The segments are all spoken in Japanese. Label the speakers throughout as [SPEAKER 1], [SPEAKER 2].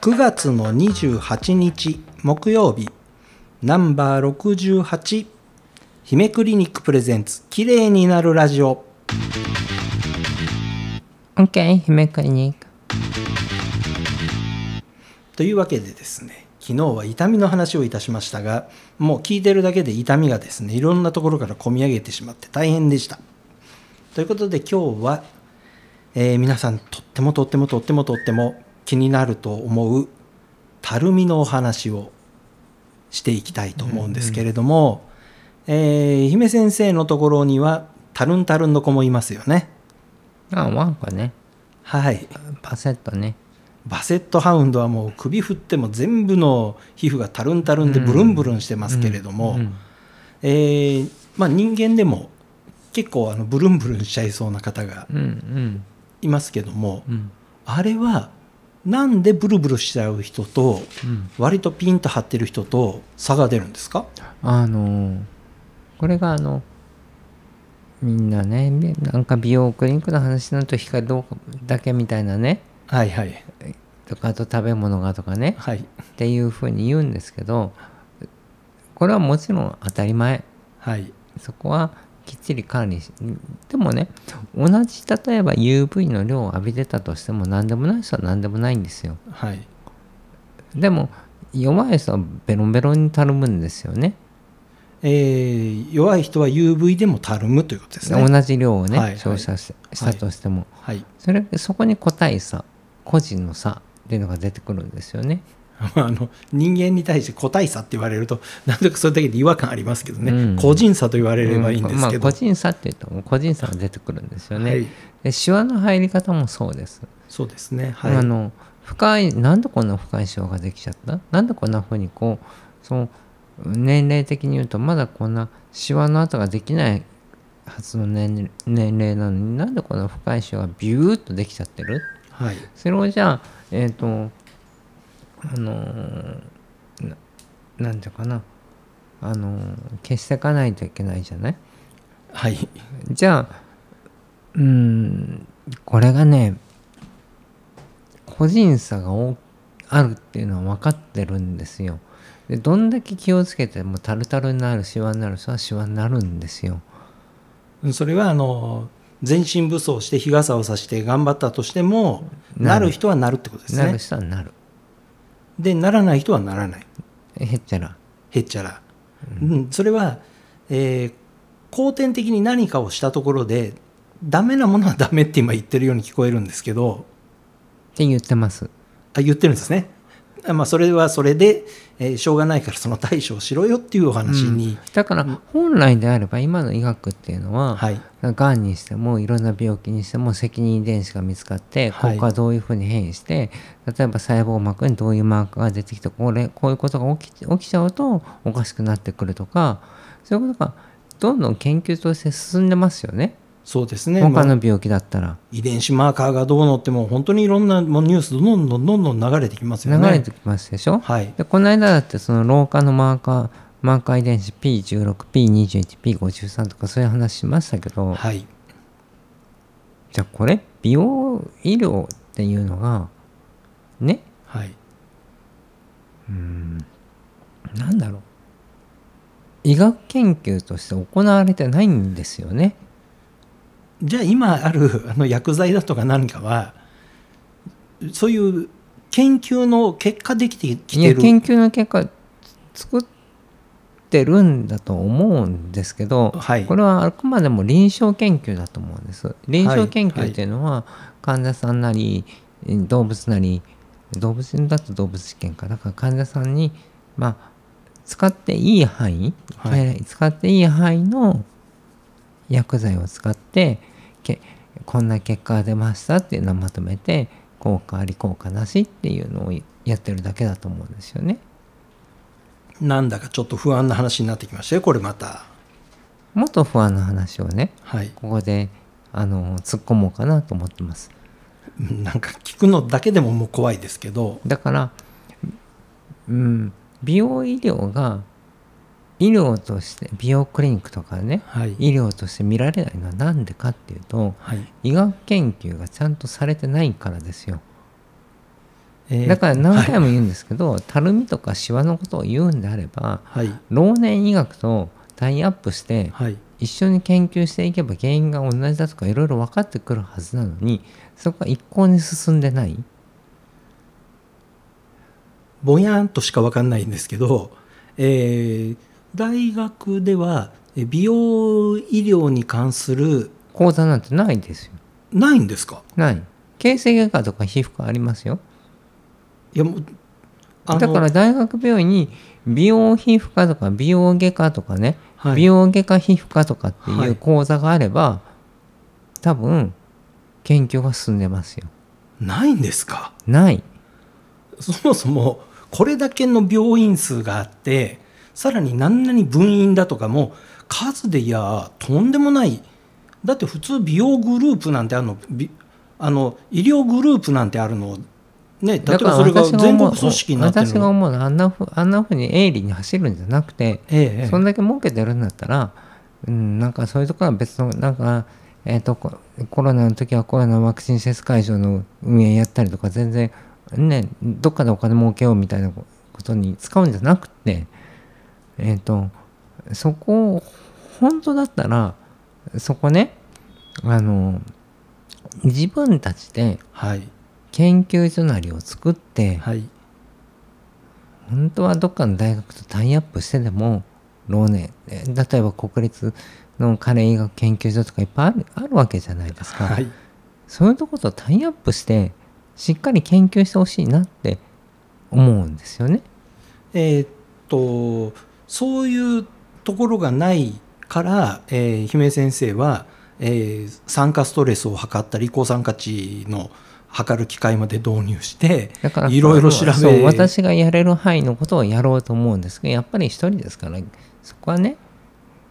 [SPEAKER 1] 9月の28日木曜日ナンバー68姫クリニックプレゼンツ綺麗になるラジオ
[SPEAKER 2] OK 姫クリニック
[SPEAKER 1] というわけでですね昨日は痛みの話をいたしましたがもう聞いてるだけで痛みがですねいろんなところからこみ上げてしまって大変でしたということで今日は、えー皆さんとってもとってもとってもとっても気になると思うたるみのお話をしていきたいと思うんですけれども、えー姫先生のところにはたるんたるんの子もいますよね
[SPEAKER 2] あワンコね
[SPEAKER 1] はい
[SPEAKER 2] パセットね
[SPEAKER 1] バセットハウンドはもう首振っても全部の皮膚がたるんたるんでブルンブルンしてますけれども、
[SPEAKER 2] うん
[SPEAKER 1] えーまあ、人間でも結構あのブルンブルンしちゃいそうな方が
[SPEAKER 2] うんうん
[SPEAKER 1] いますけども、
[SPEAKER 2] うん
[SPEAKER 1] あれはなんでブルブルしちゃう人と
[SPEAKER 2] うん
[SPEAKER 1] 割とピンと張ってる人と差が出るんですか
[SPEAKER 2] あのーこれがあのみんなねみなんか美容クリニックの話になると日がどうかだけみたいなね
[SPEAKER 1] はいはい
[SPEAKER 2] とかあと食べ物がとかね
[SPEAKER 1] はい
[SPEAKER 2] っていうふうに言うんですけどこれはもちろん当たり前
[SPEAKER 1] はい
[SPEAKER 2] そこはきっちり管理しでもね同じ例えば UV の量を浴びてたとしても何でもない人は何でもないんですよ
[SPEAKER 1] はい
[SPEAKER 2] でも弱い人はベロンベロンにたるむんですよね
[SPEAKER 1] えー弱い人は UV でもたるむということですね。
[SPEAKER 2] 同じ量をね、
[SPEAKER 1] はい
[SPEAKER 2] 照射ししたとしても、
[SPEAKER 1] はい、
[SPEAKER 2] それそこに個体差個人の差っていうのが出てくるんですよね。
[SPEAKER 1] あの人間に対して個体差って言われるとなんとなくそれだけで違和感ありますけどね、
[SPEAKER 2] うん
[SPEAKER 1] 個人差と言われればいいんで
[SPEAKER 2] ますあ
[SPEAKER 1] けど、
[SPEAKER 2] 個人差っていうと個人差が出てくるんですよね。
[SPEAKER 1] はい
[SPEAKER 2] でシワの入り方もそうです。
[SPEAKER 1] そうですねはい
[SPEAKER 2] あの深いなんでこんな深いシワができちゃったなんでこんな風にこうその年齢的に言うとまだこんなシワの跡ができないはずの年年齢なのになんでこんな深いシワがビューッとできちゃってる
[SPEAKER 1] はい
[SPEAKER 2] それをじゃあえっ、とあのーななんていうかなあのー消していかないといけないじゃない
[SPEAKER 1] はい
[SPEAKER 2] じゃあうーんこれがね個人差が大あるっていうのは分かってるんですよでどんだけ気をつけてもタルタルになるシワになる人はシワになるんですよ
[SPEAKER 1] それはあの全身武装して日傘をさして頑張ったとしてもなる人はなるってことです
[SPEAKER 2] なる
[SPEAKER 1] ね
[SPEAKER 2] 人はなる
[SPEAKER 1] でならない人はならない
[SPEAKER 2] へっちゃら
[SPEAKER 1] へっちゃら、うん、それは、えー後天的に何かをしたところでダメなものはダメって今言ってるように聞こえるんですけど
[SPEAKER 2] って言ってます
[SPEAKER 1] あ言ってるんですねあまあそれはそれで、えーしょうがないからその対処をしろよっていうお話に、
[SPEAKER 2] だから本来であれば今の医学っていうのは、
[SPEAKER 1] はい
[SPEAKER 2] がんにしてもいろんな病気にしても責任遺伝子が見つかって
[SPEAKER 1] はい
[SPEAKER 2] ここがどういうふうに変異して、例えば細胞膜にどういうマークが出てきてこれこういうことが起き起きちゃうとおかしくなってくるとかそういうことがどんどん研究として進んでますよね
[SPEAKER 1] そうですね
[SPEAKER 2] 他の病気だったら
[SPEAKER 1] 遺伝子マーカーがどうのってもう本当にいろんなもうニュースどんどんどんどん流れてきますよ
[SPEAKER 2] 流
[SPEAKER 1] ね。
[SPEAKER 2] れてきますでしょ、
[SPEAKER 1] はい
[SPEAKER 2] でこの間だってその老化のマーカーマーカー遺伝子 P16P21P53 とかそういう話しましたけど、
[SPEAKER 1] はい
[SPEAKER 2] じゃあこれ美容医療っていうのがね
[SPEAKER 1] はい
[SPEAKER 2] なんだろう医学研究として行われてないんですよね。
[SPEAKER 1] じゃあ今あるあの薬剤だとか何かはそういう研究の結果できてき
[SPEAKER 2] い
[SPEAKER 1] て
[SPEAKER 2] や
[SPEAKER 1] る
[SPEAKER 2] 研究の結果作ってるんだと思うんですけど、
[SPEAKER 1] はい
[SPEAKER 2] これはあくまでも臨床研究だと思うんです。臨
[SPEAKER 1] は
[SPEAKER 2] 床
[SPEAKER 1] い
[SPEAKER 2] 研究っていうのは患者さんなり動物なり動物だと動物試験かだから患者さんにまあ使っていい範囲、
[SPEAKER 1] は
[SPEAKER 2] 使っていい範囲の薬剤を使ってけこんな結果が出ましたっていうのをまとめて効果あり効果なしっていうのをやってるだけだと思うんですよね。
[SPEAKER 1] なんだかちょっと不安な話になってきましたよこれまた
[SPEAKER 2] もっと不安な話をね
[SPEAKER 1] はい
[SPEAKER 2] ここであの突っ込もうかなと思ってます。
[SPEAKER 1] うんなんか聞くのだけでももう怖いですけど
[SPEAKER 2] だから、うん、美容医療がい医療として美容クリニックとかね
[SPEAKER 1] はい
[SPEAKER 2] 医療として見られないのはなんでかっていうと
[SPEAKER 1] はい
[SPEAKER 2] 医学研究がちゃんとされてないからですよ
[SPEAKER 1] えー
[SPEAKER 2] だから何回も言うんですけど、たるみとかシワのことを言うんであれば
[SPEAKER 1] はい
[SPEAKER 2] 老年医学とタイアップして
[SPEAKER 1] はい
[SPEAKER 2] 一緒に研究していけば原因が同じだとかいろいろ分かってくるはずなのにそこは一向に進んでない
[SPEAKER 1] ぼやんとしかわかんないんですけど、えー大学ではえ美容医療に関する
[SPEAKER 2] 講座なんてないですよ
[SPEAKER 1] ないんですか
[SPEAKER 2] ない形成外科とか皮膚科ありますよ
[SPEAKER 1] いやもうあの
[SPEAKER 2] だから大学病院に美容皮膚科とか美容外科とかね、
[SPEAKER 1] はい
[SPEAKER 2] 美容外科皮膚科とかって
[SPEAKER 1] はいいう
[SPEAKER 2] 講座があれば、多分研究が進んでますよ
[SPEAKER 1] ないんですか
[SPEAKER 2] ない
[SPEAKER 1] そもそもこれだけの病院数があってさらに何々分院だとかも数でいやとんでもないだって普通美容グループなんてあるのびあの医療グループなんてあるのね例え
[SPEAKER 2] だか
[SPEAKER 1] ば
[SPEAKER 2] ら
[SPEAKER 1] それが
[SPEAKER 2] 私が
[SPEAKER 1] 全
[SPEAKER 2] 思う
[SPEAKER 1] 国組織になってる
[SPEAKER 2] 私が
[SPEAKER 1] の
[SPEAKER 2] 思うのはあんなふあんなふうに鋭利に走るんじゃなくて、
[SPEAKER 1] ええ
[SPEAKER 2] そんだけ儲けてるんだったら、うん、なんかそういうところは別のなんか、えー、とココロナの時はコロナワクチン接種会場の運営やったりとか全然ねどっかでお金儲けようみたいなことに使うんじゃなくてえっ、とそこを本当だったらそこねあの自分たちで
[SPEAKER 1] はい
[SPEAKER 2] 研究所なりを作って、
[SPEAKER 1] はい
[SPEAKER 2] 本当はどっかの大学とタイアップしてでも老年え例えば国立の加齢医学研究所とかいっぱいあるあるわけじゃないですか、
[SPEAKER 1] はい
[SPEAKER 2] そういうとことタイアップしてしっかり研究してほしいなって思うんですよね。
[SPEAKER 1] えーっとそういうところがないから、えー姫江先生は、えー酸化ストレスを測ったり抗酸化値の測る機械まで導入して
[SPEAKER 2] だから
[SPEAKER 1] いろいろ調べ
[SPEAKER 2] そう私がやれる範囲のことをやろうと思うんですけどやっぱり一人ですからそこはね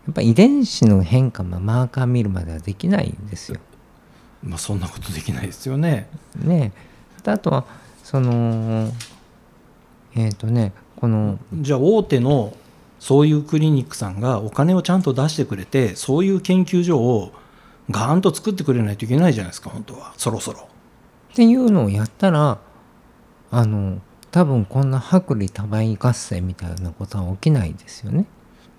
[SPEAKER 2] やっぱ遺伝子の変化もマーカー見るまではできないんですよ。
[SPEAKER 1] まあ、そんなことできないですよね。
[SPEAKER 2] ねであとはそのえっ、とねこの
[SPEAKER 1] じゃあ大手のそういうクリニックさんがお金をちゃんと出してくれてそういう研究所をガーンと作ってくれないといけないじゃないですか本当はそろそろ。
[SPEAKER 2] っていうのをやったらあの多分こんな薄利多売合戦みたいなことは起きないですよね。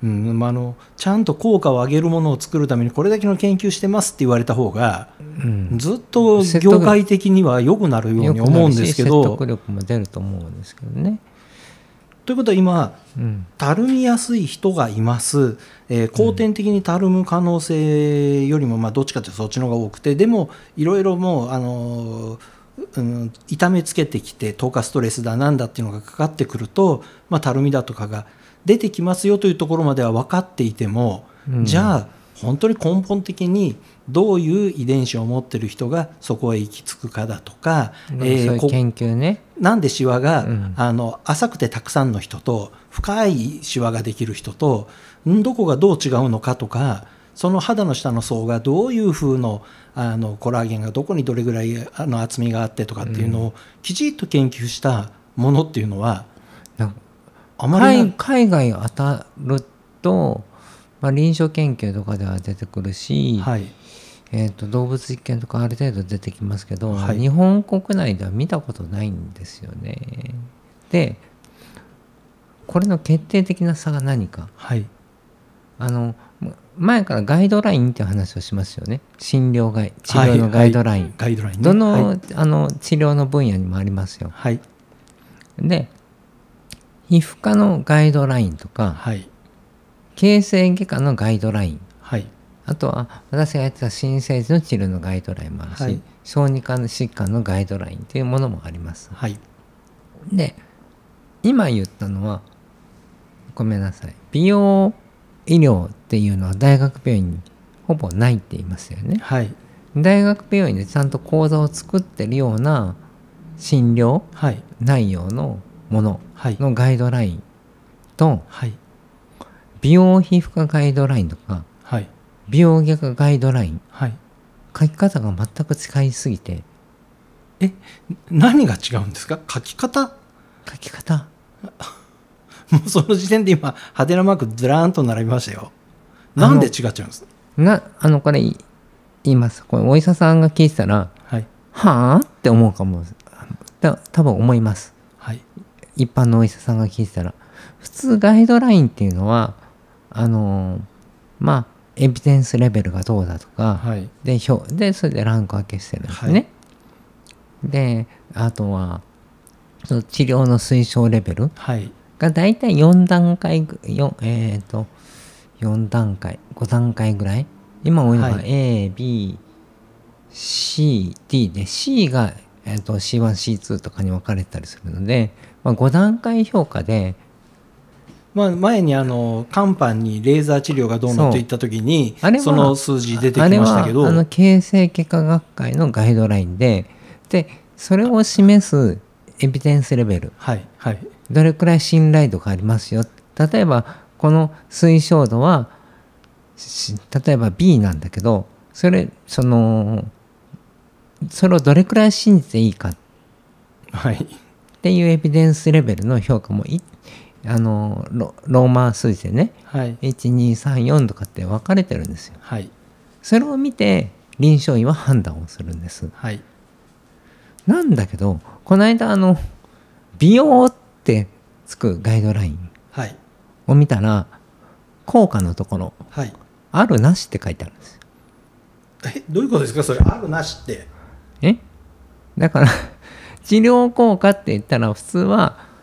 [SPEAKER 1] うんまあ、あのちゃんと効果を上げるものを作るためにこれだけの研究してますって言われた方が
[SPEAKER 2] うん、
[SPEAKER 1] ずっと
[SPEAKER 2] 説
[SPEAKER 1] 業
[SPEAKER 2] 得
[SPEAKER 1] 界的には良くなるように
[SPEAKER 2] よくな
[SPEAKER 1] 思う
[SPEAKER 2] る
[SPEAKER 1] ん
[SPEAKER 2] し
[SPEAKER 1] ですけ
[SPEAKER 2] 説
[SPEAKER 1] ど
[SPEAKER 2] 得力も出ると思うんですけどね。
[SPEAKER 1] ということは今
[SPEAKER 2] うん、
[SPEAKER 1] たるみやすい人がいます、えー後天的にたるむ可能性よりも、まあ、どっちかというとそっちの方が多くてでもいろいろもう、あのーうん、痛めつけてきて透過ストレスだなんだっていうのがかかってくると、まあ、たるみだとかが出てきますよというところまでは分かっていても、
[SPEAKER 2] うん
[SPEAKER 1] じゃあ本当に根本的にどういう遺伝子を持ってる人がそこへ行き着くかだとか、
[SPEAKER 2] そうい
[SPEAKER 1] ー
[SPEAKER 2] う
[SPEAKER 1] こ
[SPEAKER 2] 研究ね。
[SPEAKER 1] なんでシワが、
[SPEAKER 2] うん
[SPEAKER 1] あの浅くてたくさんの人と深いシワができる人とんどこがどう違うのかとかその肌の下の層がどういう風のあのコラーゲンがどこにどれぐらいあの厚みがあってとかっていうのをきちっと研究したものっていうのは
[SPEAKER 2] なんか
[SPEAKER 1] あまりな
[SPEAKER 2] 海海外当たると、まあ、臨床研究とかでは出てくるし、
[SPEAKER 1] はい
[SPEAKER 2] えー、と動物実験とかある程度出てきますけど、
[SPEAKER 1] はい
[SPEAKER 2] 日本国内では見たことないんですよね。でこれの決定的な差が何か
[SPEAKER 1] はい
[SPEAKER 2] あのむ前からガイドラインっていう話をしますよね診療ガイ治療のガイドライン、
[SPEAKER 1] はいガイドラインね
[SPEAKER 2] どの,、
[SPEAKER 1] はい、
[SPEAKER 2] あの治療の分野にもありますよ。
[SPEAKER 1] はい
[SPEAKER 2] で皮膚科のガイドラインとか
[SPEAKER 1] はい
[SPEAKER 2] 形成外科のガイドライン
[SPEAKER 1] はい
[SPEAKER 2] あとは私がやってた新生児の治療のガイドラインもあるし、
[SPEAKER 1] はい
[SPEAKER 2] 小児科の疾患のガイドラインというものもあります。
[SPEAKER 1] はい
[SPEAKER 2] で今言ったのはごめんなさい美容医療っていうのは大学病院にほぼないって言いますよね。
[SPEAKER 1] はい
[SPEAKER 2] 大学病院でちゃんと講座を作ってるような診療
[SPEAKER 1] はい
[SPEAKER 2] 内容のもの
[SPEAKER 1] はい
[SPEAKER 2] のガイドラインと
[SPEAKER 1] はい
[SPEAKER 2] 美容皮膚科ガイドラインとか
[SPEAKER 1] はい
[SPEAKER 2] 美容外科ガイドライン
[SPEAKER 1] はい
[SPEAKER 2] 書き方が全く違いすぎて
[SPEAKER 1] え何が違うんですか書き方
[SPEAKER 2] 書き方
[SPEAKER 1] もうその時点で今ハテナマークずらーんと並びましたよなんで違っちゃうんです
[SPEAKER 2] なあのこれい言いますこれお医者さんが聞いてたら
[SPEAKER 1] はい
[SPEAKER 2] 「はあ?」って思うかもた多分思います
[SPEAKER 1] はい
[SPEAKER 2] 一般のお医者さんが聞いてたら普通ガイドラインっていうのはあのーまあエビデンスレベルがどうだとか、
[SPEAKER 1] はい
[SPEAKER 2] で表でそれでランク分けしてるんですね、であとはその治療の推奨レベル
[SPEAKER 1] はい
[SPEAKER 2] が大体4段階ぐよえっ、と4段階5段階ぐらい今多いのが
[SPEAKER 1] はい
[SPEAKER 2] ABCD で C が、えー、と C1C2 とかに分かれてたりするので、まあ、5段階評価で
[SPEAKER 1] まあ、前にあの肝斑にレーザー治療がどうなっていった時に
[SPEAKER 2] そうあれは
[SPEAKER 1] その数字出てきましたけど
[SPEAKER 2] あれはあ
[SPEAKER 1] は
[SPEAKER 2] の形成外科学会のガイドラインででそれを示すエビデンスレベル
[SPEAKER 1] いはい
[SPEAKER 2] どれくらい信頼度がありますよ例えばこの推奨度はし例えば B なんだけどそれそのそれをどれくらい信じていいかっ
[SPEAKER 1] はい
[SPEAKER 2] ていうエビデンスレベルの評価もいあのロローマ数字でね
[SPEAKER 1] はい
[SPEAKER 2] 1234とかって分かれてるんですよ。
[SPEAKER 1] はい
[SPEAKER 2] それを見て臨床医は判断をするんです。
[SPEAKER 1] はい
[SPEAKER 2] なんだけどこの間あの「美容」ってつくガイドライン
[SPEAKER 1] はい
[SPEAKER 2] を見たら効果のところ
[SPEAKER 1] はい
[SPEAKER 2] 「あるなし」って書いてあるんですよ
[SPEAKER 1] えどういうことですかそれあるなしって
[SPEAKER 2] えだから 治療効果って言ったら普通は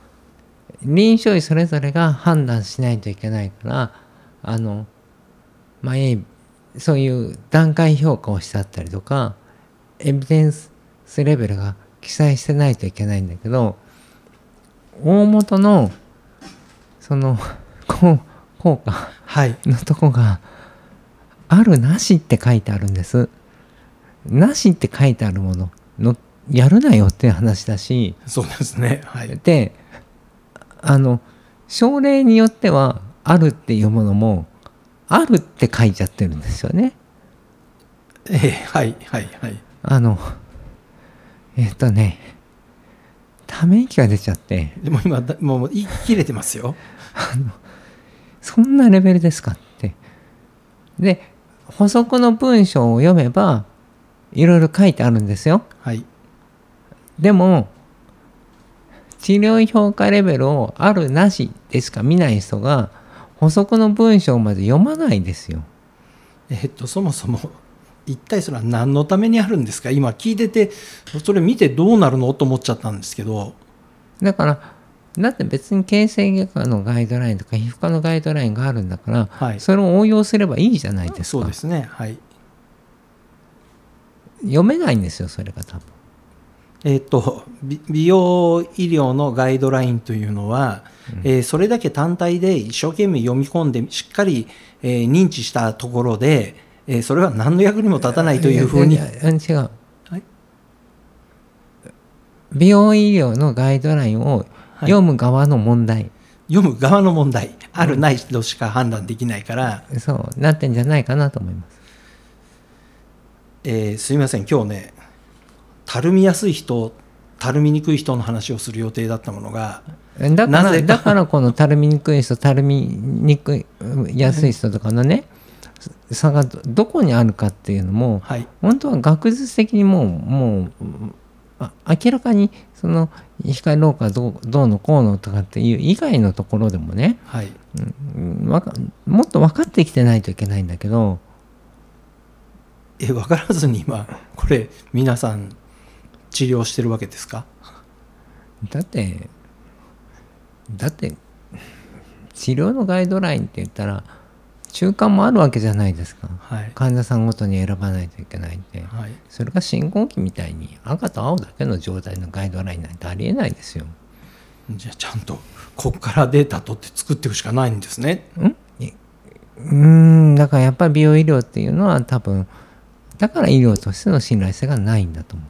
[SPEAKER 2] 臨床医それぞれが判断しないといけないからあのまあ A そういう段階評価をしちゃったりとかエビデンスレベルが記載してないといけないんだけど大元のその 効効果
[SPEAKER 1] はい
[SPEAKER 2] のとこが「あるなし」って書いてあるんです。なしって書いてあるもののやるなよっていう話だし
[SPEAKER 1] そうですねはい
[SPEAKER 2] であの症例によっては「ある」っていうものも「ある」って書いちゃってるんですよね。
[SPEAKER 1] ええはいはいはい
[SPEAKER 2] あのえっとねため息が出ちゃって
[SPEAKER 1] でも今だもう言い切れてますよ
[SPEAKER 2] そんなレベルですかって。で補足の文章を読めばいろいろ書いてあるんですよ。
[SPEAKER 1] はい
[SPEAKER 2] でも治療評価レベルをあるなしでしか見ない人が補足の文章まで読まないですよ。
[SPEAKER 1] えっとそもそも一体それは何のためにあるんですか今聞いててそれ見てどうなるのと思っちゃったんですけど
[SPEAKER 2] だからだって別に形成外科のガイドラインとか皮膚科のガイドラインがあるんだから、
[SPEAKER 1] はい
[SPEAKER 2] それを応用すればいいじゃないです
[SPEAKER 1] そう
[SPEAKER 2] か。
[SPEAKER 1] ですねはい
[SPEAKER 2] 読めないんですよそれが多分。
[SPEAKER 1] えっとび美容医療のガイドラインというのは、えーそれだけ単体で一生懸命読み込んでしっかり、えー認知したところで、えーそれは何の役にも立たないというふうに
[SPEAKER 2] やや違う。
[SPEAKER 1] はい
[SPEAKER 2] 美容医療のガイドラインを読む側の問題、
[SPEAKER 1] 読む側の問題あるないとしか判断できないから、
[SPEAKER 2] そうなってんじゃないかなと思います。
[SPEAKER 1] えーすいません今日ねたるみやすい人たるみにくい人の話をする予定だったものが
[SPEAKER 2] だか
[SPEAKER 1] な
[SPEAKER 2] ら
[SPEAKER 1] ぜか
[SPEAKER 2] だからこのたるみにくい人たるみにくいうんやすい人とかのね差がどどこにあるかっていうのも
[SPEAKER 1] はい
[SPEAKER 2] 本当は学術的にもうもううんあ明らかにその光老化どうどうのこうのとかっていう以外のところでもね、
[SPEAKER 1] はい
[SPEAKER 2] うんわかもっと分かってきてないといけないんだけど
[SPEAKER 1] え分からずに今これ皆さん治療してるわけですか
[SPEAKER 2] だってだって治療のガイドラインって言ったら中間もあるわけじゃないですか。
[SPEAKER 1] はい、
[SPEAKER 2] 患者さんごとに選ばないといけないんで
[SPEAKER 1] はい
[SPEAKER 2] それが信号機みたいに赤と青だけの状態のガイドラインなんてありえないですよ。
[SPEAKER 1] じゃあちゃんとここからデータ取って作っていくしかないんですね。
[SPEAKER 2] んえうーんだからやっぱり美容医療っていうのは多分だから医療としての信頼性がないんだと思う。